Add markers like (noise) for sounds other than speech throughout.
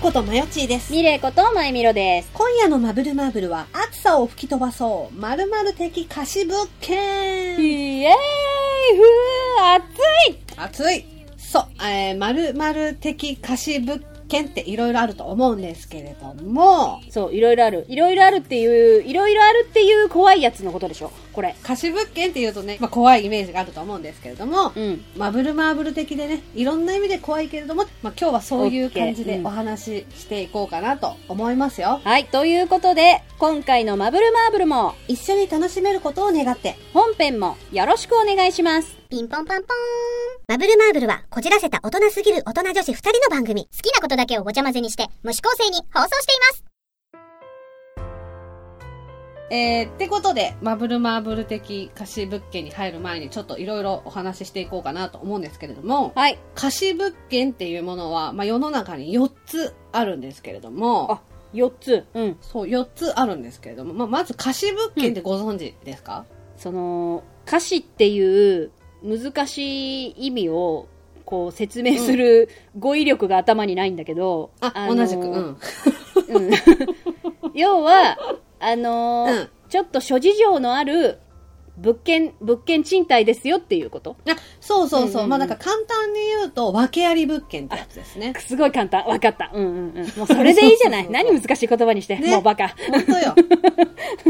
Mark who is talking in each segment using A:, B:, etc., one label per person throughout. A: ことまよちーです。
B: ミレイことまゆみろです。
A: 今夜のマブルマーブルは暑さを吹き飛ばそう。まる的貸し物件。
B: イエーイふー暑い
A: 暑い。そう、えー、まる的貸し物件っていろいろあると思うんですけれども、
B: そう、いろいろある。いろいろあるっていう、いろいろあるっていう怖いやつのことでしょこれ。
A: 貸し物件って言うとね、まあ、怖いイメージがあると思うんですけれども、
B: うん。
A: マブルマーブル的でね、いろんな意味で怖いけれども、まあ、今日はそういう感じ
B: オッケ
A: で
B: ーうん
A: お話ししていこうかなと思いますよ。
B: はい、ということで、今回のマブルマーブルも、
A: 一緒に楽しめることを願って、
B: 本編もよろしくお願いします。
C: ピンポンパンポーン。マブルマーブルは、こじらせた大人すぎる大人女子二人の番組。好きなことだけをごちゃ混ぜにして、無視構成に放送しています。
A: えー、ってことで、マブルマーブル的貸し物件に入る前にちょっといろいろお話ししていこうかなと思うんですけれども、
B: はい。
A: 貸し物件っていうものは、まあ、世の中に4つあるんですけれども、
B: あ、4つ。うん。
A: そう、4つあるんですけれども、まあ、まず貸し物件ってご存知ですか、
B: その、歌詞っていう難しい意味を、こう説明する語彙力が頭にないんだけど、
A: あ、
B: の
A: 同じく、うん。
B: うん (laughs) 要は、あのー
A: うん
B: ちょっと諸事情のある物件、物件賃貸ですよっていうこと。
A: あそうそう
B: うん
A: そう。
B: うんうん
A: まあ、なんか簡単に言うと、訳あり物件ってやつですね。
B: (laughs) すごい簡単。わかった。うん (laughs) うんうん。もうそれでいいじゃ
A: そうそ
B: ない。
A: うそう
B: 何難しい言葉にして。
A: ね
B: もうバカ。
A: 本当よ。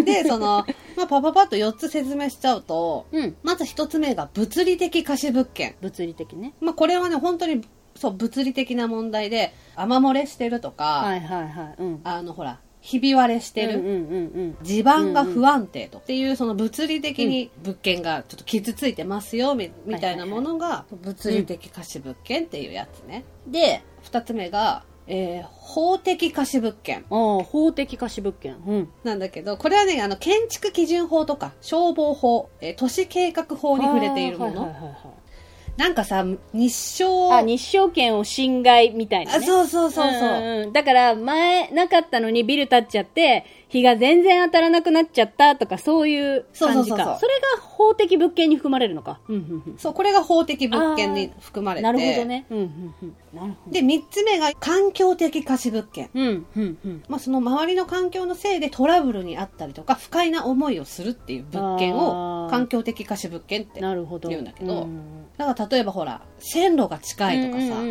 A: で、その、まあ、パパパッと4つ説明しちゃうと、
B: うん。
A: まず1つ目が物理的貸し物件。
B: 物理的ね。
A: まあ、これはね、本当に、そう、物理的な問題で、雨漏れしてるとか、
B: はいはいはい。うん。
A: あの、ほら、ひび割れしてる。
B: うんうんうん
A: 地盤が不安定と、っていうその物理的に物件がちょっと傷ついてますよみみたいなものが物理的貸し物件っていうやつね、で2つ目が、えー法的貸し物件
B: うん。ああ、法的貸し物件。うん。
A: なんだけどこれはねあの建築基準法とか消防法、えー都市計画法に触れているもの、
B: あーはいはいはいはい
A: なんかさ日照
B: あ、日照権を侵害みたいな、
A: あ
B: ね。
A: そうそうそうそう、
B: んんんだから、前、なかったのにビル建っちゃって、日が全然当たらなくなっちゃったとか、そういう感じか。そ
A: そうそうそうそう
B: れが法的物件に含まれるのか。うんうんうん
A: そうこれが法的物件に含まれて
B: なるほどね。うんうんうん。なるほど。
A: で3つ目が環境的貸し物件
B: うんうんうん。
A: まあ、その周りの環境のせいでトラブルにあったりとか不快な思いをするっていう物件
B: あ
A: を
B: ー
A: 環境的貸し物件って
B: なるほど。
A: 言うんだけど
B: うん
A: だから例えばほら線路が近いとかさ、
B: うんうんうんうんう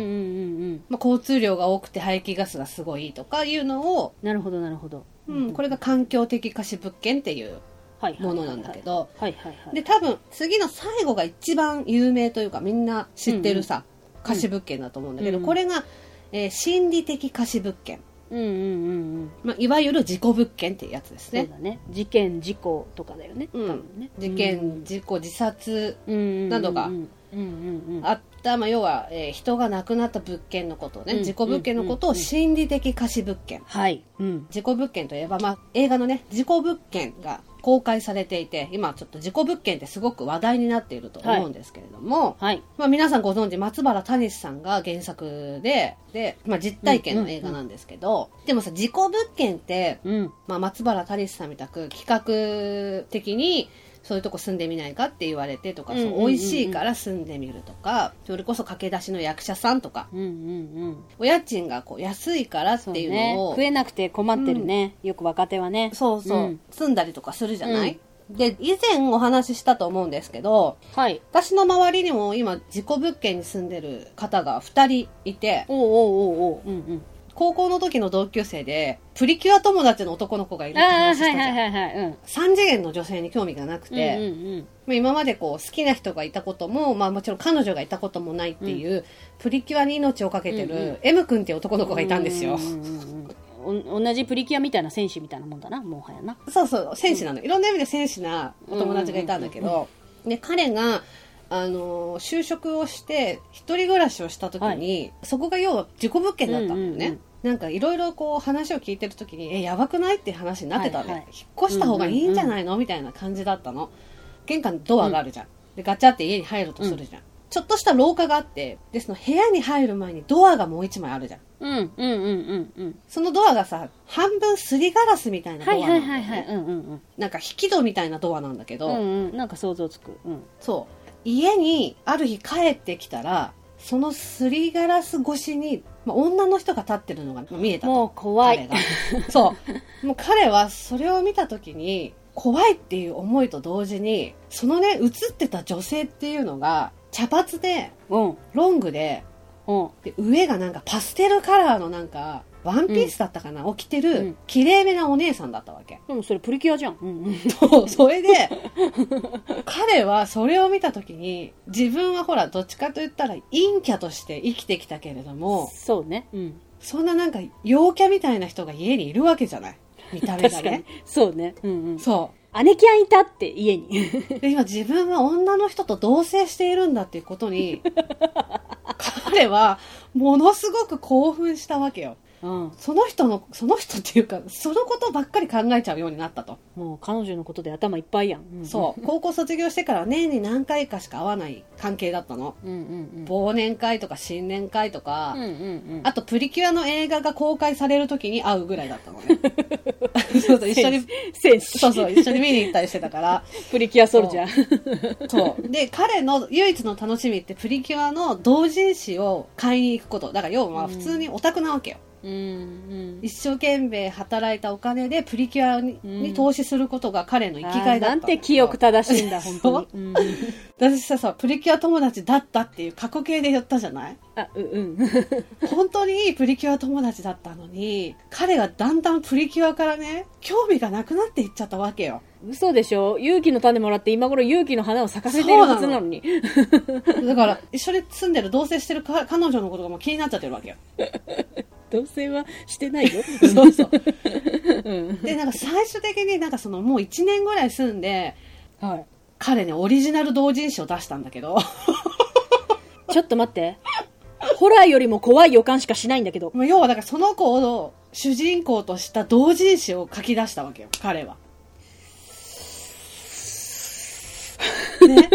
B: ん。
A: まあ、交通量が多くて排気ガスがすごいとかいうのを、
B: なるほど、なるほど。
A: うん、これが環境的貸し物件っていう
B: はい
A: ものなんだけど、
B: はいはいはい。
A: で多分次の最後が一番有名というかみんな知ってるさ、貸し物件だと思うんだけど、
B: うん
A: これが、えー心理的貸し物件、
B: うんうんうんうん。
A: まあ、いわゆる事故物件っていうやつです
B: そう
A: ね。
B: だね。事件、事故とかだよね。
A: うん
B: 多分ね
A: 事件、事故、自殺
B: うんうん
A: などが
B: うんうんうんうん。
A: あった、まあ、要は、えー人が亡くなった物件のこと
B: うん
A: ね、事故物件のこと
B: う
A: を
B: んうん
A: 心理的貸し物件。
B: はい。うん。
A: 事故物件といえば、まあ、映画のね、事故物件が公開されていて、今ちょっと事故物件ってすごく話題になっていると思うんですけれども、
B: はい。
A: まあ皆さんご存知、松原谷さんが原作で、で、まあ実体験の映画なんですけど、でもさ、事故物件って、
B: うん。
A: まあ松原谷さんみたく企画的にそういうとこ住んでみないかって言われてとか、
B: うんうんうんうん
A: そう美味しいから住んでみるとかそれこそ駆け出しの役者さんとか
B: うんうんうん。
A: お家賃がこう安いからっていうのを
B: 食えなくて困ってるね、よく若手はね
A: そうそう
B: うん
A: 住んだりとかするじゃない、で以前お話ししたと思うんですけど
B: はい
A: 私の周りにも今事故物件に住んでる方が2人いて
B: おうおうおうおううん
A: 高校の時の同級生でプリキュア友達の男の子がいる
B: う
A: っ
B: ん
A: て
B: ああ
A: 話し
B: は
A: た
B: い
A: じ
B: は
A: ゃ
B: い
A: ん
B: はいはいうん
A: 3次元の女性に興味がなくて、
B: うんうんうん
A: まあ今までこう好きな人がいたことも、まあ、もちろん彼女がいたこともないっていう、プリキュアに命をかけて
B: うんうん
A: る M 君っていう男の子がいたんですよ、
B: うんうんうんお同じプリキュアみたいな戦士みたいなもんだなもはやな
A: そうそう戦士なの、いろんな意味で戦士なお友達がいたんだけど、で彼があのー就職をして一人暮らしをした時に、
B: は
A: そこが要は事故物件だったんだよね、
B: うんうんうん
A: なんかいろいろこう話を聞いてる時にえやばくないって話になってたの、
B: はいはい
A: 引っ越した方がいいんじゃないの、みたいな感じだったの玄関ドアがあるじゃん、でガチャって家に入るとするじゃん、ちょっとした廊下があってでその部屋に入る前にドアがもう一枚あるじゃん
B: うんうんうんうんうん
A: そのドアがさ半分すりガラスみたいなドア
B: は
A: ないの、
B: はいはいはいうんうんうん
A: なんか引き戸みたいなドアなんだけど、
B: うんうんなんか想像つくうん
A: そう家にある日帰ってきたらそのすりガラス越しに、まあ、女の人が立ってるのが見えたと
B: もう怖
A: 彼
B: い
A: が。
B: (laughs)
A: そう。もう彼はそれを見た時に、怖いっていう思いと同時に、そのね、映ってた女性っていうのが、茶髪で、
B: うん。うん。
A: ロングで、で上がなんかパステルカラーのなんか、ワンピースだったかな、を着て
B: う
A: る
B: ん、
A: 綺麗めなお姉さんだったわけ。
B: でもそれプリキュアじゃん。うんうん。
A: そう、 (laughs) それで、彼はそれを見た時に、自分はほら、どっちかと言ったら陰キャとして生きてきたけれども、
B: そうね。うん。
A: そんななんか陽キャみたいな人が家にいるわけじゃない見た目が
B: 確か
A: ね
B: に。。そうね。うんうん。
A: そう。
B: 姉貴ゃんいたって、家 (laughs) に。
A: で今自分は女の人と同棲しているんだっていうことに彼はものすごく興奮したわけよ
B: うん。
A: その人のその人っていうかそのことばっかり考えちゃうようになったと、
B: もう彼女のことで頭いっぱいやん。うん
A: そう高校卒業してから年に何回かしか会わない関係だったの
B: うん。うんうんうん。
A: 忘年会とか新年会とか、
B: うんうんうん。
A: あとプリキュアの映画が公開される時に会うぐらいだったの
B: (laughs)
A: ねそうそう一緒に
B: 戦士。
A: そうそう一緒に見に行ったりしてたから
B: プリキュアソルジャー。
A: そう。で、彼の唯一の楽しみってプリキュアの同人誌を買いに行くこと。だから要は普通にオタクなわけよ。
B: うんうん。
A: 一生懸命働いたお金でプリキュアに,、
B: うん
A: に投資することが彼の生きがいだった
B: あーなんて清く正しいんだ、本当に。うん
A: 私ささ、プリキュア友達だったっていう過去形で言ったじゃない
B: あ、うんうん。
A: 本当にいいプリキュア友達だったのに、彼がだんだんプリキュアからね、興味がなくなっていっちゃったわけよ。
B: (laughs) 嘘でしょ勇気の種もらって今頃勇気の花を咲かせているはずなのに。
A: だから、一緒に住んでる、同棲してるか彼女のことがもう気になっちゃってるわけよ。
B: 同棲はしてないよ。
A: そうそう。
B: (laughs) うん。
A: でなんか最終的になんかそのもう1年ぐらい住んで
B: はい。
A: 彼ねオリジナル同人誌を出したんだけど (laughs)
B: ちょっと待って。ホラーよりも怖い予感しかしないんだけど。
A: もう要はだからその子を主人公とした同人誌を書き出したわけよ彼は。ね、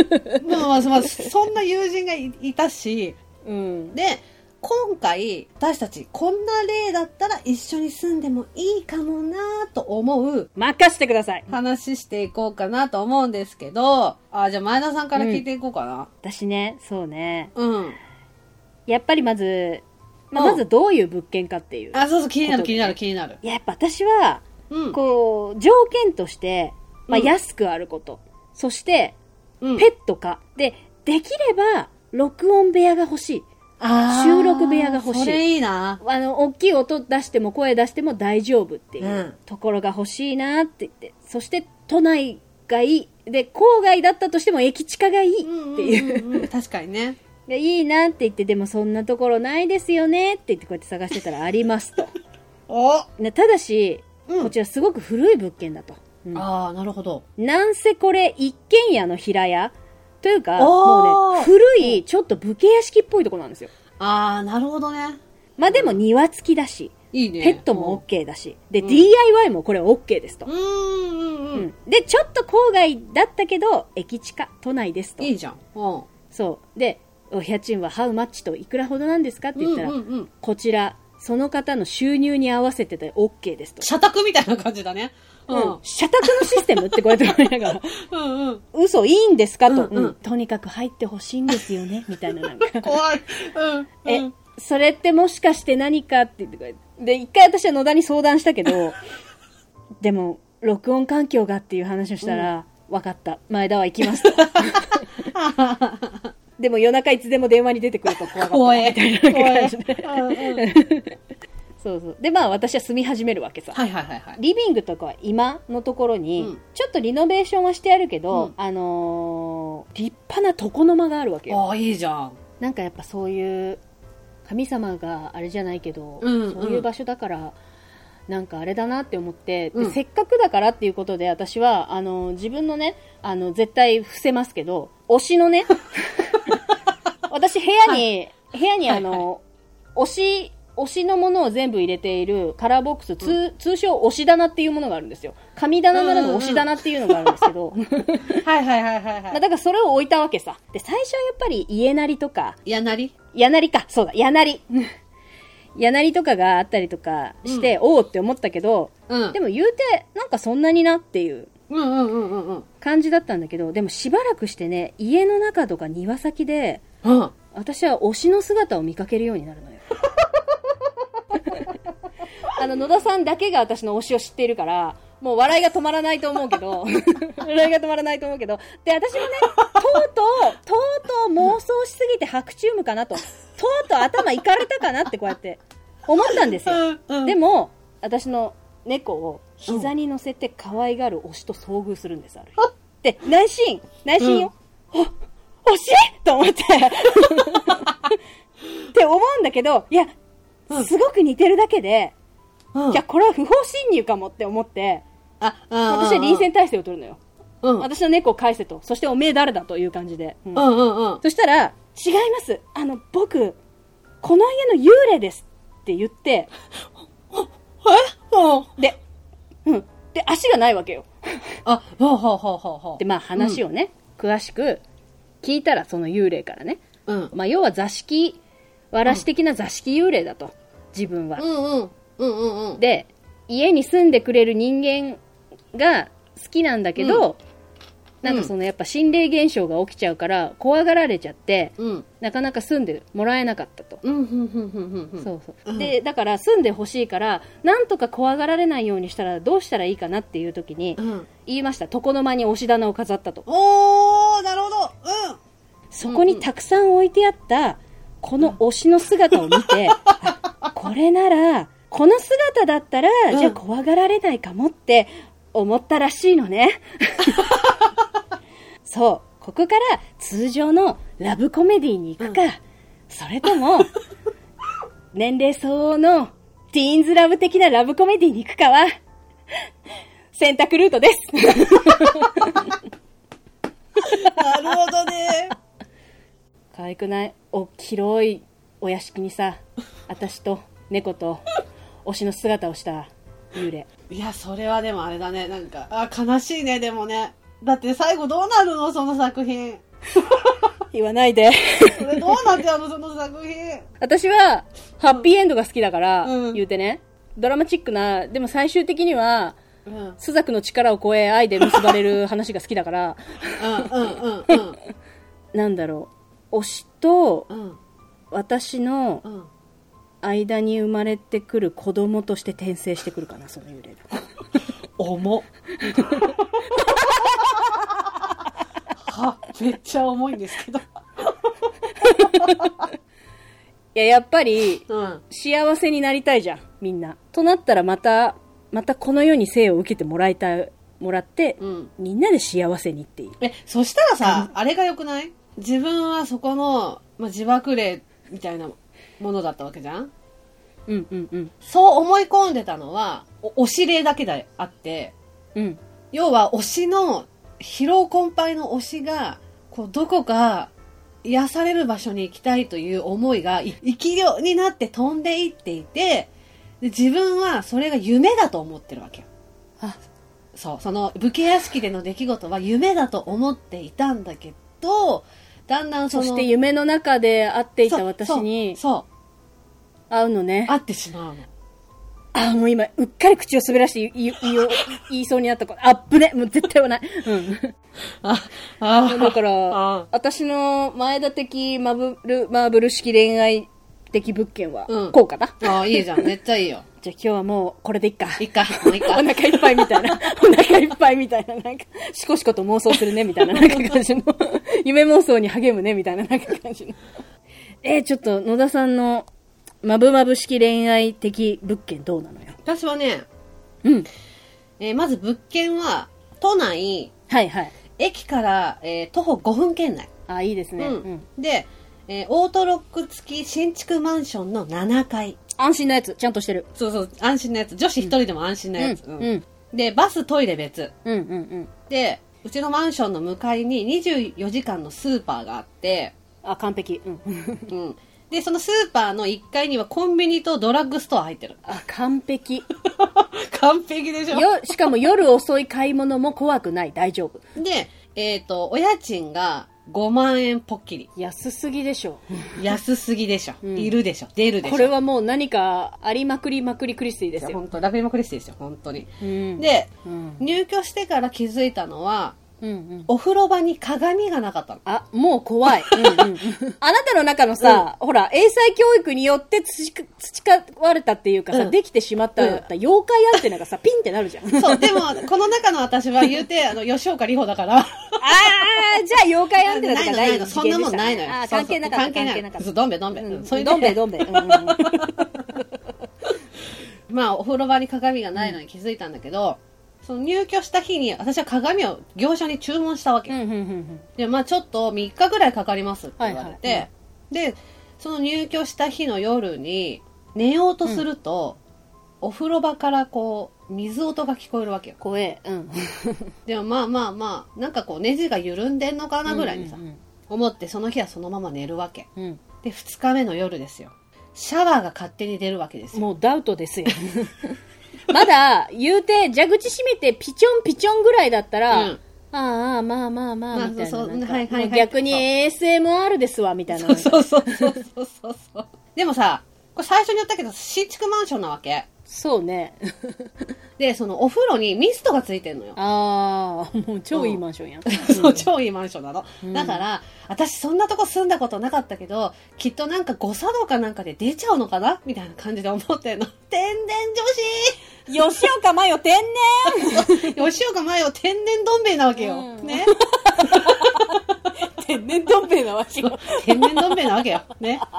A: まあまあまあそんな友人がいいたし
B: うん。
A: で今回私たちこんな例だったら一緒に住んでもいいかもなと思う
B: 任せてください。
A: 話していこうかなと思うんですけどあじゃあ前田さんから聞いていこうかな。
B: 私ね、そうね。
A: うん
B: やっぱりまず、まあ、
A: うん
B: まずどういう物件かっていう。
A: あ、そうそう、気になる、
B: こと
A: 気
B: で
A: になる、気になる。
B: いややっぱ私は、
A: うん。
B: こう、条件として、まあ、
A: うん
B: 安くあること。そして、
A: うん
B: ペットか。で、できれば、録音部屋が欲しい。
A: あー
B: 収録部屋が欲しい
A: それいいな。
B: あの、大きい音出しても声出しても大丈夫っていううんところが欲しいなって言って、そして都内がいい。で、郊外だったとしても駅近がいいっていう。
A: うんうんうん確かに
B: (laughs)
A: ね。
B: でいいなって言って、でもそんなところないですよねって言ってこうやって探してたらありますと。
A: お
B: ねただし、
A: うん
B: こちらすごく古い物件だと。うん
A: ああ、なるほど。
B: なんせこれ一軒家の平屋というか、も
A: おー
B: うね、古い、ちょっと武家屋敷っぽいとこなんですよ。
A: ああ、なるほどね。
B: まあでも庭付きだし、
A: いいね。
B: ペットも OK だし、で、
A: うん
B: DIY もこれ OK ですと
A: う。ん。うんうん
B: う
A: うん。
B: んで、ちょっと郊外だったけど、駅近、都内ですと。
A: いいじゃん。うん。
B: そう。で、お家賃はハウマッチといくらほどなんですかって言ったら、
A: うんうんうん。
B: こちら、その方の収入に合わせてて OK ですと。
A: 社宅みたいな感じだね。うん。う
B: うん社宅のシステムってこうやって言われながら、
A: んうん。
B: 嘘いいんですかと、
A: うんうん
B: うんとにかく入ってほしいんです
A: (laughs)
B: よね、みたいななんか。
A: 怖い。うん。う
B: え
A: ん、
B: それってもしかして何かって言ってくれて。で、一回私は野田に相談した
A: (laughs)
B: けど、でも、録音環境がっていう話をしたら、分かった。前田は行きま
A: (laughs)
B: すと。でも夜中いつでも電話に出てくると怖かった。
A: (laughs) 怖え。
B: みたいな
A: 怖え。
B: 感じで。
A: うんうん
B: そうそう。で、まあ私は住み始めるわけさ。
A: はいはいはいはい。
B: リビングとかは今のところに、
A: うん
B: ちょっとリノベーションはしてあるけ
A: う
B: ど、
A: ん
B: あのー立派な床の間があるわけよ。
A: ああ、いいじゃん。
B: なんかやっぱそういう神様があれじゃないけど、
A: うんうん
B: そういう場所だからなんかあれだなって思って、で
A: うん
B: せっかくだからっていうことで私はあの自分のねあの絶対伏せますけど推し
A: (laughs)
B: のね私部屋に、部屋にあの、推し推しのものを全部入れているカラーボックス、通通称推し棚っていうものがあるんですよ神棚ならぬ推し棚っていうのがあるんです
A: (laughs)
B: けど、
A: はいはいはいはい
B: まあ
A: は
B: だからそれを置いたわけさで最初はやっぱり家なりとか
A: い。やなり
B: やなりか、そうだ、やなり。 (laughs) やなりとかがあったりとかして、おおって思ったけど、
A: うん
B: で。も言うて、なんかそんなになっていう
A: うんうんうんうんうん。
B: 感じだったんだけど、でもしばらくしてね、家の中とか庭先で、
A: うん。
B: 私は推しの姿を見かけるようになるのよ。 (laughs) あの、野田さんだけが私の推しを知っているから、もう笑いが止まらないと思うけ (laughs) ど、笑いが止まらないと思うけど、で、私もね、とうとう、とうとう妄想しすぎて白チュームかなと、とうとう頭いかれたかなってこうやって思ったんですよ。
A: うん
B: でも、私の猫を膝に乗せて可愛がる推しと遭遇するんです、ある日。で、内心、内心よ。お、推しと思って。って思うんだけど、いや、
A: うん
B: すごく似てるだけで、
A: うん
B: いや、これは不法侵入かもって思って、
A: あ、うんうんうん
B: 私は臨戦態勢を取るのよ。
A: うん。
B: 私の猫を返せと。そしておめえ誰だという感じで。うん
A: うんうんうん。
B: そしたら、違います。あの、僕、この家の幽霊ですって言って、
A: えうん。
B: で、うん。で、足がないわけよ。
A: あ、ほうほうほうほうほ
B: で、まあ話をね、詳しく聞いたら、その幽霊からね。
A: う。うん。
B: まあ要は座敷、わらし的な座敷幽霊だと。自分は
A: う。んうん。うんうんうん。
B: で、家に住んでくれる人間が好きなんだけど、なんかそのやっぱ心霊現象が起きちゃうから、怖がられちゃって、
A: うん。
B: なかなか住んでもらえなかったと。
A: うん、うん、うん、うん、うん。
B: そうそうう。
A: ん
B: で、だから住んでほしいから、なんとか怖がられないようにしたらどうしたらいいかなっていう時に
A: う、ん。
B: 言いました。床の間に押し棚を飾ったと。
A: おー、なるほど。うん。
B: そこにたくさん置いてあった、この推しの姿を見
A: (laughs)
B: て、あこれなら、この姿だったら、
A: うん
B: じゃあ怖がられないかもって思ったらしい
A: (laughs)
B: のね。そう。ここから通常のラブコメディに行くか、それとも、年齢相応のティーンズラブ的なラブコメディに行くかは、選択ル
A: (laughs)
B: ートです。
A: なるほどね。
B: 可愛くないお広いお屋敷にさ私と猫と推しの姿をした幽霊
A: いや、それはでもあれだね。なんか、あ、悲しいね、でもね。だって最後どうなるのその作品。
B: 言わないで
A: それどうなっちゃうのその作品。
B: 私はハッピーエンドが好きだから、
A: うん
B: 言うてねドラマチックなでも最終的には
A: うん。うん、
B: 朱雀の力を超え愛で結ばれる話が好きだから
A: うん、うん、うん。
B: なんだろう推しと
A: うん、
B: 私の
A: うん。
B: 間に生まれてくる子供として転生してくるかなその幽霊が
A: 重っ。 (laughs) は、めっちゃ重いんですけど。
B: いややっぱり
A: うん。
B: 幸せになりたいじゃんみんなとなったらまたまたこの世に生を受けてもらいたいもらって、
A: うん。
B: みんなで幸せにっていう
A: え、そしたらさ、あれが良くない自分はそこの、まあ、自爆霊みたいなものだったわけじゃん
B: うんうんうん
A: そう思い込んでたのは、お推し霊だけであって、
B: うん
A: 要は推しの、疲労困憊の推しが、こう、どこか、癒される場所に行きたいという思いが、い生き量になって飛んでいっていて、で自分はそれが夢だと思ってるわけよ。
B: あ
A: そう、その武家屋敷での出来事は夢だと思っていたんだけど、だんだんそ
B: そ
A: の、
B: して夢の中で会っていた私に
A: そう、
B: 会うのね
A: そう、会ってしまうの。
B: あもう今うっかり口を滑らして言い言い言い言いそうになったことあっぶねもう絶対はない、う
A: あ、あ
B: ん、だ (laughs) か
A: あ
B: ら私の前田的マブルマーブル式恋愛的物件は
A: うん
B: こうかな、
A: ああ、いいじゃん。めっちゃいいよ。
B: じゃあ今日はもうこれでいっか
A: いいか、もういい
B: お
A: か。
B: 腹いっぱいみたいな、 (laughs) お腹いっぱいみたいな、なんか、しこしこと妄想するね、みたい (laughs) な、なんか感じの、夢妄想に励むね、みたいな、なんか感じの。えーちょっと、野田さんの、まぶまぶ式恋愛的物件どうなのよ。
A: 私はね、
B: うん。
A: えーまず物件は、都内、
B: はいはい。
A: 駅から、えー徒歩5分圏内。
B: あ、いいですね。うん。
A: で、えーオートロック付き新築マンションの7階。
B: 安心なやつ、ちゃんとしてる。
A: そうそう、安心なやつ。女子一人でも安心なやつ、
B: うん。
A: う
B: うんん。
A: で、バス、トイレ別。
B: うん。うん。
A: で、うちのマンションの向かいに24時間のスーパーがあって、
B: あ、完璧。うん。
A: うん。で、そのスーパーの1階にはコンビニとドラッグストア入
B: (laughs)
A: ってる。
B: (laughs) あ、完璧。
A: 完璧でしょ
B: (laughs) よ、しかも夜遅い買い物も怖くない。大丈夫。
A: で、えっ、と、お家賃が5万円ぽっきり。
B: 安すぎでしょ。
A: 安すぎでしょ。
B: ん
A: いるでしょ。出るでしょ。
B: これはもう何かありまくりまくりクリスティですよ。
A: 本当ラフェマクリスティですよ、本当に。
B: うん
A: で、
B: うん
A: 入居してから気づいたのは、
B: うんうん。
A: お風呂場に鏡がなかったの。
B: あ、もう怖
A: (laughs)
B: い。うんうん、あなたの中のさ、ほら、英才教育によって培培われたっていうかさ、
A: うん
B: できてしまった、
A: うん
B: 妖怪アンテナ
A: (laughs)
B: がさ、ピンってなるじゃん。あ
A: そう、でも、この中の私は言う
B: (laughs)
A: て、あの、吉岡里帆だから。 (laughs)
B: あ、じゃあ妖怪アンテナとかない
A: の、そんなもんないのよ。
B: あー
A: そう
B: 関
A: そう
B: 係なかった。
A: 関係ない
B: かっ
A: そう
B: た。
A: どんべいどんべい。
B: うん
A: それで
B: どんべいどんべ
A: (laughs)
B: い。うんうんうん
A: まあ、お風呂場に鏡がないのに気づいたんだけど、その入居した日に、私は鏡を業者に注文したわけ。
B: うんうんうんうん
A: で、まあ、ちょっと3日ぐらいかかりますって言われて、
B: はいはい
A: で、その入居した日の夜に、寝ようとすると、お風呂場からこう、水音が聞こえるわけよ。
B: 怖え。うん。
A: でもまあまあまあ、なんかこう、ネジが緩んでんのかなぐらいにさ、
B: うん
A: 思って、その日はそのまま寝るわけ。
B: うんうん
A: で、2日目の夜ですよ。シャワーが勝手に出るわけですよ。
B: もうダウト
A: (laughs)
B: ですよ。まだ、言うて、蛇口閉めて、ピチョンピチョンぐらいだったら、
A: うん
B: ああ、まあまあま
A: まあ
B: あ、みたい
A: そ
B: な
A: うそ
B: な
A: うん
B: か。
A: はいはいはい
B: もう逆に ASMR ですわ、みたいな。
A: そうそうそうそうそうそうそう。でもさ、これ最初に言ったけど、新築マンションなわけ。
B: そうね。
A: で、そのお風呂にミストがついてんのよ。
B: ああ、もう超いいマンションやん。
A: (laughs) そう、超いいマンションなの。
B: うん
A: だから、私そんなとこ住んだことなかったけど、きっとなんか誤作動かなんかで出ちゃうのかなみたいな感じで思って
B: (laughs)
A: んの。天然
B: 吉岡真代天然
A: 女子吉岡麻代天然どん兵衛なわけよ。
B: うん
A: ね。
B: 天然どん兵衛なわけよ。
A: 天然どん兵衛なわけよ。ね。 (laughs)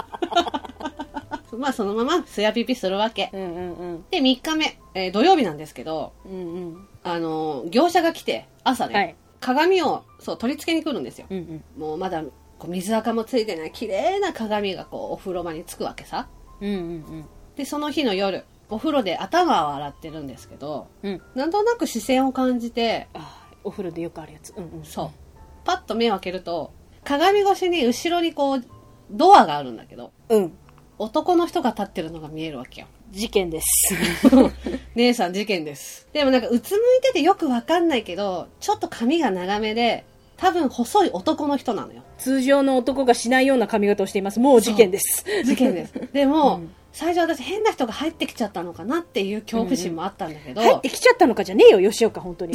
A: まあそのまま、すやピピするわけ。
B: うんうんうん。
A: で、3日目、えー土曜日なんですけど、
B: うんうん。
A: あのー業者が来て、朝ね、
B: はい
A: 鏡をそう取り付けに来るんですよ。
B: うんうん。
A: もうまだこう水垢もついてない綺麗な鏡がこうお風呂場につくわけさ。
B: うんうん
A: で、その日の夜、お風呂で頭を洗ってるんですけど、
B: うん。うん。
A: なんとなく視線を感じて、
B: ああ、お風呂でよくあるやつ。うんうん。
A: そう。パッと目を開けると、鏡越しに後ろにこう、ドアがあるんだけど、
B: う。うん。
A: 男の人が立ってるのが見えるわけよ。
B: 事件です。
A: 姉さん事件です。でもなんかうつむいててよくわかんないけど、ちょっと髪が長めで、多分細い男の人なのよ。
B: (laughs) 通常の男がしないような髪型をしています。もう事件です。
A: 事件です。でも、
B: うん
A: 最初私変な人が入ってきちゃったのかなっていう恐怖心もあったんだけど、
B: 入ってきちゃったのかじゃねえよ、吉岡、本当に。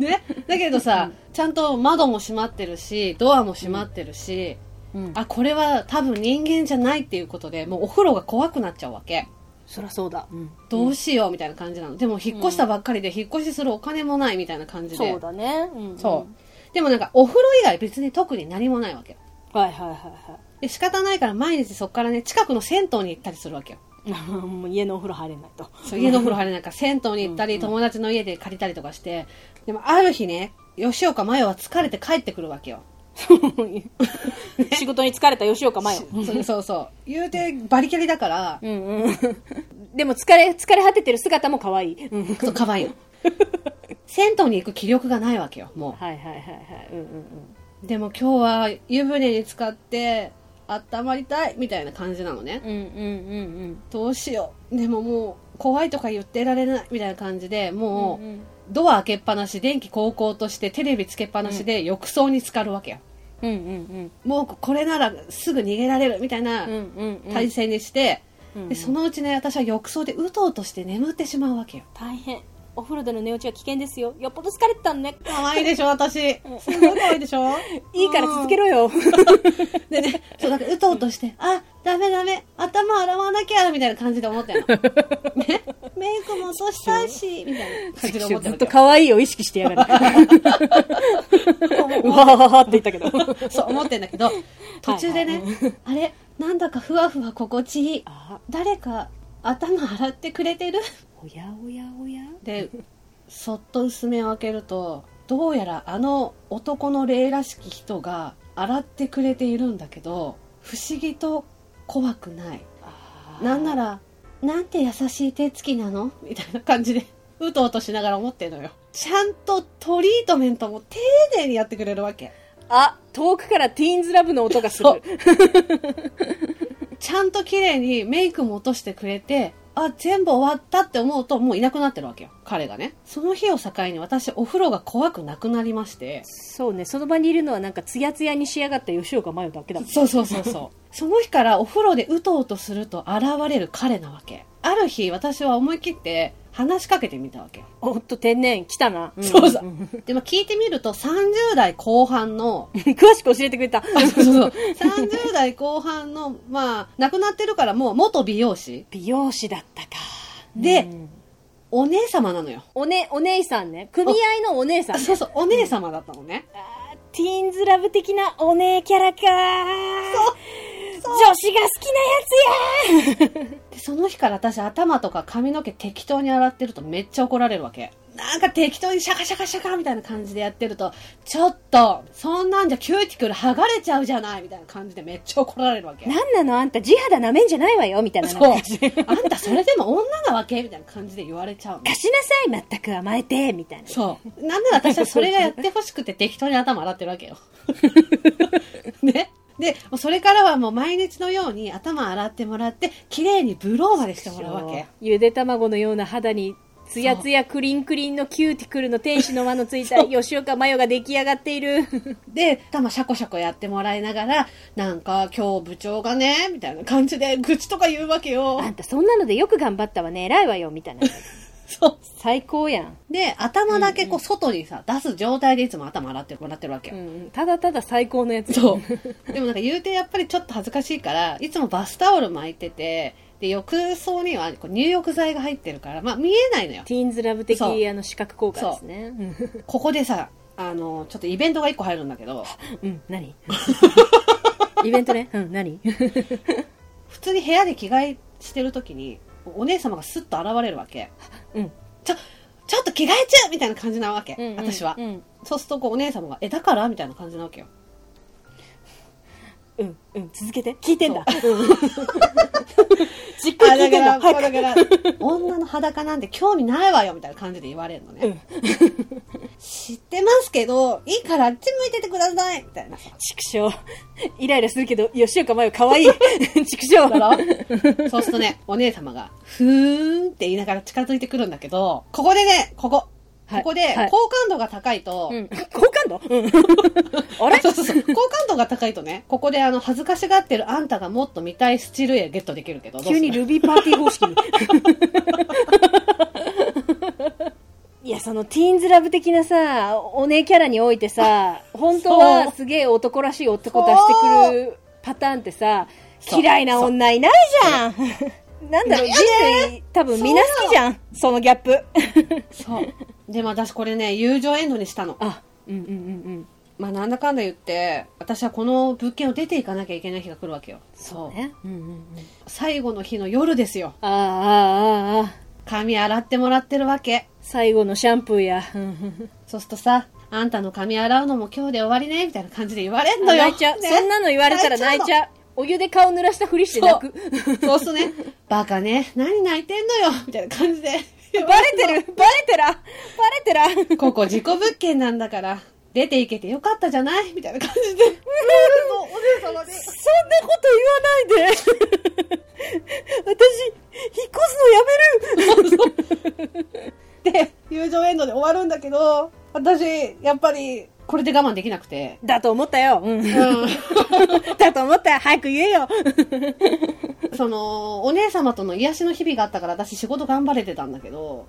A: ね、だけどさ、ちゃんと窓も閉まってるし、ドアも閉まってるし、
B: うん
A: あ、これは多分人間じゃないっていうことで、もうお風呂が怖くなっちゃうわけ。
B: そりゃそうだ。うん
A: どうしようみたいな感じなの。でも引っ越したばっかりで引っ越しするお金もないみたいな感じで。
B: そうだね。うんうん
A: そう。でもなんかお風呂以外別に特に何もないわけ。
B: はいはいは
A: で仕方ないから毎日そこからね、近くの銭湯に行ったりするわけよ。
B: い (laughs) はい。もう家のお風呂入れないと。
A: そう家のお風呂入れ (laughs) なんか銭湯に行ったり、友達の家で借りたりとかして、でもある日ね、吉岡麻代は疲れて帰ってくるわけよ。
B: 仕事に疲れた吉岡 (laughs) 真代。
A: そうそうそう。言うてバリキャリだから、
B: うんうん。でも疲れ、疲れ果ててる姿も可愛い。うん
A: そう、かわいいの。銭湯に行く気力がないわけよ、も
B: はいはいはいはい。うんうんうん。
A: う。でも今日は湯船に浸かって、温まりたいみたいな感じなのね。
B: うんうんうん
A: どうしよう。でももう、怖いとか言ってられないみたいな感じで、
B: うん。
A: もう、
B: うん
A: ドア開けっぱなし、電気高校として、テレビつけっぱなしで、浴槽に浸かるわけよ。
B: うんうん
A: もうこれならすぐ逃げられるみたいな
B: うん。うんうんうん。
A: 体勢にして、
B: うん
A: でそのうちね私は浴槽でうとうとして眠ってしまうわけよ
B: 大変。お風呂での寝落ちは危険ですよ。よっぽど疲れてたんね。
A: 可愛いでしょ私すごい可愛いでしょ
B: (laughs) いいから続けろよ。
A: でねそうだからうとうとしてあダメダメ頭洗わなきゃみたいな感じで思ってん
B: (laughs)
A: のねメイクも落としたいしみたいな感じで思ってる
B: ずっ
A: わ
B: と
A: け
B: 可愛いを意識してやが (laughs) る。うわはははって言ったけど。
A: よそう思ってんだ
B: (laughs)
A: けど途中でね、
B: はい
A: あれなんだかふわふわ心地いい
B: あ
A: 誰か頭洗ってくれてる
B: おやおやおや
A: でそっと薄目を開けるとどうやらあの男の霊らしき人が洗ってくれているんだけど不思議と怖くないなんな
B: ら
A: らなんて優しい手つきなのみたいな感じでうとうとしながら思ってるのよちゃんとトリートメントも丁寧にやってくれるわけ
B: あ遠くからティーンズラブの音がす
A: そう
B: る
A: ちゃんと綺麗にメイクも落としてくれて、あ、全部終わったって思うともういなくなってるわけよ。彼がね。その日を境に私お風呂が怖くなくなりまして。
B: そうねその場にいるのはなんかツヤツヤに仕上がった吉岡真代だけだもん
A: そうそうそうそう。その日からお風呂でうとうとすると現れる彼なわけ。ある日私は思い切って話しかけてみたわけよ。
B: おっと、天然、来たな。ん
A: そうそうんで、まあ、聞いてみると30代後半の、
B: (laughs) 詳しく教えてくれた。
A: あそうそうそう30代後半の、まあ、亡くなってるからもう元美容師
B: 美容師だったか。
A: で
B: うん
A: お姉様なのよ。
B: おね、お姉さんね。組合のお姉さん。
A: そうそう、お姉様だったのね。
B: あーティーンズラブ的なお姉キャラか。そう。女子が好きなやつや
A: で、その日から私頭とか髪の毛適当に洗ってるとめっちゃ怒られるわけ。なんか適当にシャカシャカシャカみたいな感じでやってると、ちょっと、そんなんじゃキューティクル剥がれちゃうじゃないみたいな感じでめっちゃ怒られるわけ。
B: なんなのあんた地肌舐めんじゃないわよみたいな。
A: そう
B: (laughs) なんか。
A: あんたそれでも女なわけみたいな感じで言われちゃうの。
B: 貸しなさい、全く甘えて、みたいな。
A: そう。なんで私はそれがやってほしくて適当に頭洗ってるわ (laughs) けよ。ね。で、もうそれからはもう毎日のように頭洗ってもらって、綺麗にブローまでしてもらうわけ。
B: ゆで卵のような肌に、つやつやクリンクリンのキューティクルの天使の輪のついた吉岡真代が出来上がっている。
A: で、頭シャコシャコやってもらいながら、なんか今日部長がね、みたいな感じで愚痴とか言うわけよ
B: (laughs) あ。んたそんなのでよく頑張ったわね、偉いわよ、みたいな。
A: そ
B: 最高やん。
A: う。で、頭だけこう外にさ、出す状態でいつも頭洗ってもらってるわけよ。
B: うん、ただただ最高のやつ。
A: そう。でもなんか言うてやっぱりちょっと恥ずかしいから、いつもバスタオル巻いてて、で、浴槽にはこう入浴剤が入ってるから、まあ見えないのよ。
B: ティーンズラブ的
A: そう
B: あの視覚効果ですね。
A: ここでさ、あの、ちょっとイベントが一個入るんだけど、
B: うん、うん (laughs) 何イベントね。うん、 (laughs) 何
A: 普通に部屋で着替えしてる時に、お姉様がスッと現れるわけ。
B: うん。
A: ちょ、ちょっと着替え中みたいな感じなわけ。私は。
B: うん、
A: そうするとこうお姉様が、え、だからみたいな感じなわ
B: (laughs)
A: けよ。
B: うん、うん、続けて。聞いてんだ。 (laughs) じっくり
A: あ
B: 聞
A: だ
B: いて
A: か
B: んだ。
A: ら、
B: 早く。
A: だから、 (laughs) 女の裸なんて興味ないわよみたいな感じで言われるの
B: (laughs)
A: ね。知ってますけど、いいからあっち向いててくださいみたいなさ。
B: 畜生。イライラするけど、吉岡真由可愛い。 (laughs) 畜生。
A: だろそうするとね、お姉様が、ふーんって言いながら近づいてくるんだけど、ここでね、ここ。
B: は
A: ここ
B: い
A: で、
B: はい
A: 好感度が高いと、
B: うん。好感度うん。 (laughs) あれ
A: そうそうそう。好感度が高いとね、ここであの、恥ずかしがってるあんたがもっと見たいスチール絵ゲットできるけど、どうする
B: 急にルビーパーティー方式 (laughs) に。いや、そのティーンズラブ的なさ、お姉キャラにおいてさ、本当
A: そ
B: は
A: う
B: すげえ男らしい男出してくるパターンってさ、
A: そう
B: 嫌いな女いないじゃん (laughs) なんだろう、人類多分みんな好きじゃんそのギャップ。
A: そう。でも私これね、友情エンドにしたの。
B: あ、うんうんうんうん。
A: まあなんだかんだ言って、私はこの物件を出ていかなきゃいけない日が来るわけよ。そう。
B: ね。うんうんうん。
A: 最後の日の夜ですよ。
B: ああ、ああ、ああ。
A: 髪洗ってもらってるわけ。
B: 最後のシャンプーや。うんうん
A: そうするとさ、あんたの髪洗うのも今日で終わりね、みたいな感じで言われん
B: うん
A: のよ。
B: 泣いちゃう。
A: ね
B: そんなの言われたら泣いちゃう。お湯で顔濡らしたふりして泣く。
A: そうするとね、バカね、何泣いてんのよ、みたいな感じで。
B: (laughs) バレてるバレてらバレてら
A: ここ事故物件なんだから、出ていけてよかったじゃないみたいな感じで。お姉様で。
B: そんなこと言わないで私、引っ越すのやめる
A: で、友情エンドで終わるんだけど、私、やっぱり、これで我慢できなくて。
B: だと思ったよ。うん
A: う
B: だと思ったよ。早く言えよ。
A: ん、その、お姉様との癒しの日々があったから、私仕事頑張れてたんだけど、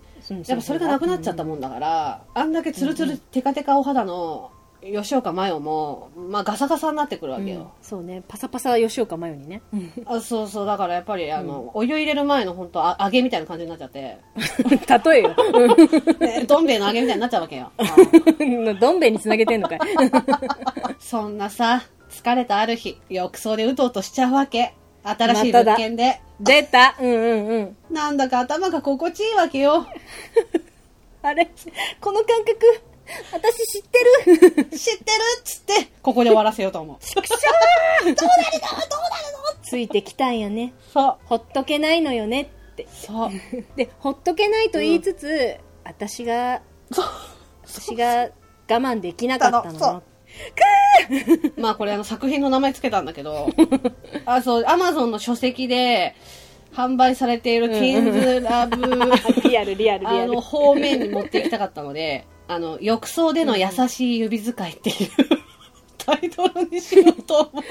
A: やっぱそれがなくなっちゃったもんだから、あんだけツルツルテカテカお肌の吉岡麻代も、まあガサガサになってくるわ
B: うん
A: けよ。
B: そうね。パサパサ吉岡真由にね。 (laughs)
A: あそうそう、だからやっぱり、あの、お湯入れる前の本当あ揚げみたいな感じになっちゃ (laughs) って、
B: 例えよ。
A: ねどん兵衛の揚げみたいになっちゃうわ (laughs) けよ。
B: どん兵衛 (laughs) につなげてんのかい。
A: そんなさ、疲れたある日、浴槽でうとうとしちゃうわけ。新しい
B: まただ
A: 物件で。
B: 出た。うんうんうん。
A: なんだか頭が心地いいわけよ。
B: あれこの感覚、私知ってる (laughs)
A: 知ってるっつって、ここで終わらせようと思う。
B: ついてきたんやね。
A: そう。
B: ほっとけないのよねって。
A: そう。
B: でほっとけないと言いつつ、私が
A: そう。
B: 私が我慢できなかったの
A: そ
B: よ
A: うまあこれあの作品の名前つけたんだけ
B: (laughs)
A: ど、あ、そう、アマゾンの書籍で販売されているティーンズラブ、
B: リアルリアルリ
A: あ
B: アル
A: の方面に持っていきたかったので、あの、浴槽での優しい指使いって
B: (laughs)
A: いうタイトルにしようと思う。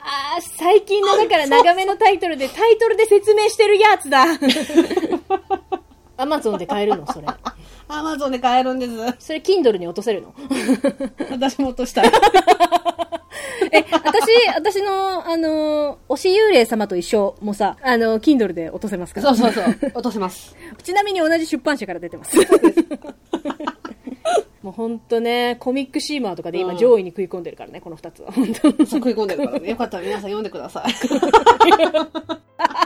B: あー最近
A: (laughs)
B: のだから長めのタイトルでタイトルで説明してるやつだアマゾンで買えるのそれ。
A: アマゾンで買えるんです。
B: それ、Kindle に落とせるの
A: (laughs) 私も落としたい。
B: え、私、私の、あのー、推し幽霊様と一緒もさ、あのー、Kindle で落とせますから。
A: そうそうそう。落とせます。
B: ちなみに同じ出版社から出てます。もうほんとね、コミックシーマーとかで今
A: うん
B: 上位に食い込んでるからね、この二つは。本当
A: そう食い込んでるからね。よかったら皆さん読んでください。 (laughs)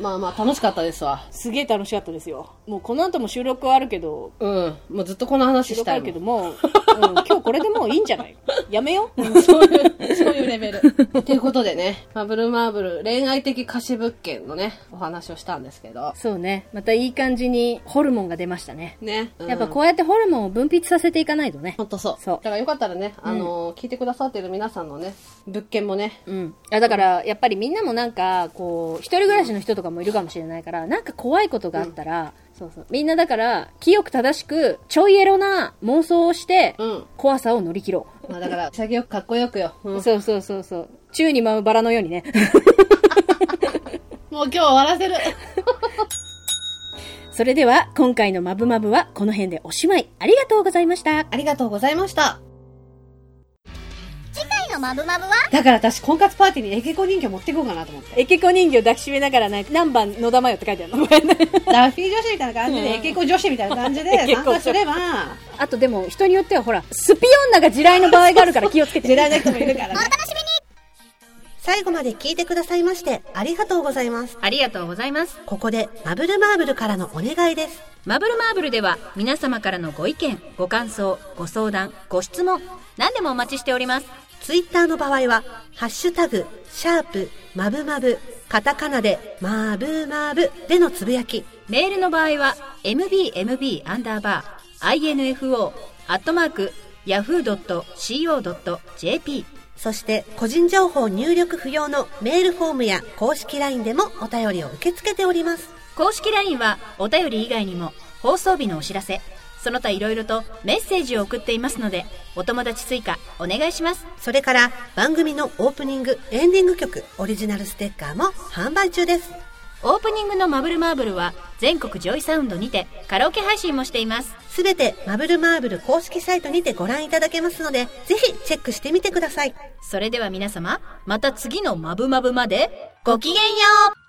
A: まあまあ楽しかったですわ。
B: すげえ楽しかったですよ。もうこの後も収録はあるけど、
A: うん。もうずっとこの話
B: 収
A: し
B: 録
A: た
B: あ
A: い
B: るけ
A: もん。
B: どもう、うん今日これでもういいんじゃないやめよう。
A: そういう、そういうレ (laughs) ベル。ということでね、マブルマーブル恋愛的貸し物件のね、お話をしたんですけど。
B: そうね、またいい感じにホルモンが出ましたね。
A: ね。
B: やっぱこ
A: い。
B: うやってホルモンを分泌させていかないとね。
A: ほんとそう。
B: そう
A: だからよかったらね、あのー聞いてくださってる皆さんのね、物件もね、
B: うん、あだからやっぱりみんなもなんかこう一人暮らしの人とかもいるかもしれないからなんか怖いことがあったら、そうそうみんなだから清く正しくちょいエロな妄想をして、
A: うん
B: 怖さを乗り切ろ
A: まあだから、潔くかっこよくよ。う
B: う、
A: ん
B: そうそうそうそう宙に舞うバラのようにね (laughs)
A: もう今日終わらせる。
B: それでは今回の「まぶまぶ」はこの辺でおしまいありがとうございまし
A: (laughs)
B: た
A: ありがとうございました。
C: 次回のマブマブは
A: だから私、婚活パーティーにエケコ人形持っていこうかなと思って。
B: えけこ人形抱きしめながらなんか何番野田真よって書いてあるの
A: ダッフィー女子みたいな感じで、エケコ女子みたいな感じ
B: (laughs) エケ
A: で
B: コ
A: 参加すれば、
B: (laughs) あとでも人によってはほらスピオンナが地雷の場合があるから気をつけて
A: ジェラーな人もいるからね。
D: 最後まで聞いてくださいましてありがとうございます。
E: (laughs) ありがとうございます。
D: ここでマブルマーブルからのお願いです。
E: マブルマーブルでは皆様からのご意見、ご感想、ご相談、ご質問、何でもお待ちしております。
D: ツイッターの場合は、ハッシュタグ、シャープ、マブマブ、カタカナで、マブマブでのつぶやき、
E: メールの場合は mbmb アンダーバー info アットマーク yahoo.co.jp
D: そして個人情報入力不要のメールフォームや公式 LINE でもお便りを受け付けております。
E: 公式 LINE はお便り以外にも放送日のお知らせ、その他いろいろとメッセージを送っていますのでお友達追加お願いします。
D: それから番組のオープニング、エンディング曲、オリジナルステッカーも販売中です。
E: オープニングのマブルマーブルは全国ジョイサウンドにてカラオケ配信もしています。
D: すべてマブルマーブル公式サイトにてご覧いただけますので、ぜひチェックしてみてください。
E: それでは皆様、また次のマブマブまでごきげんよう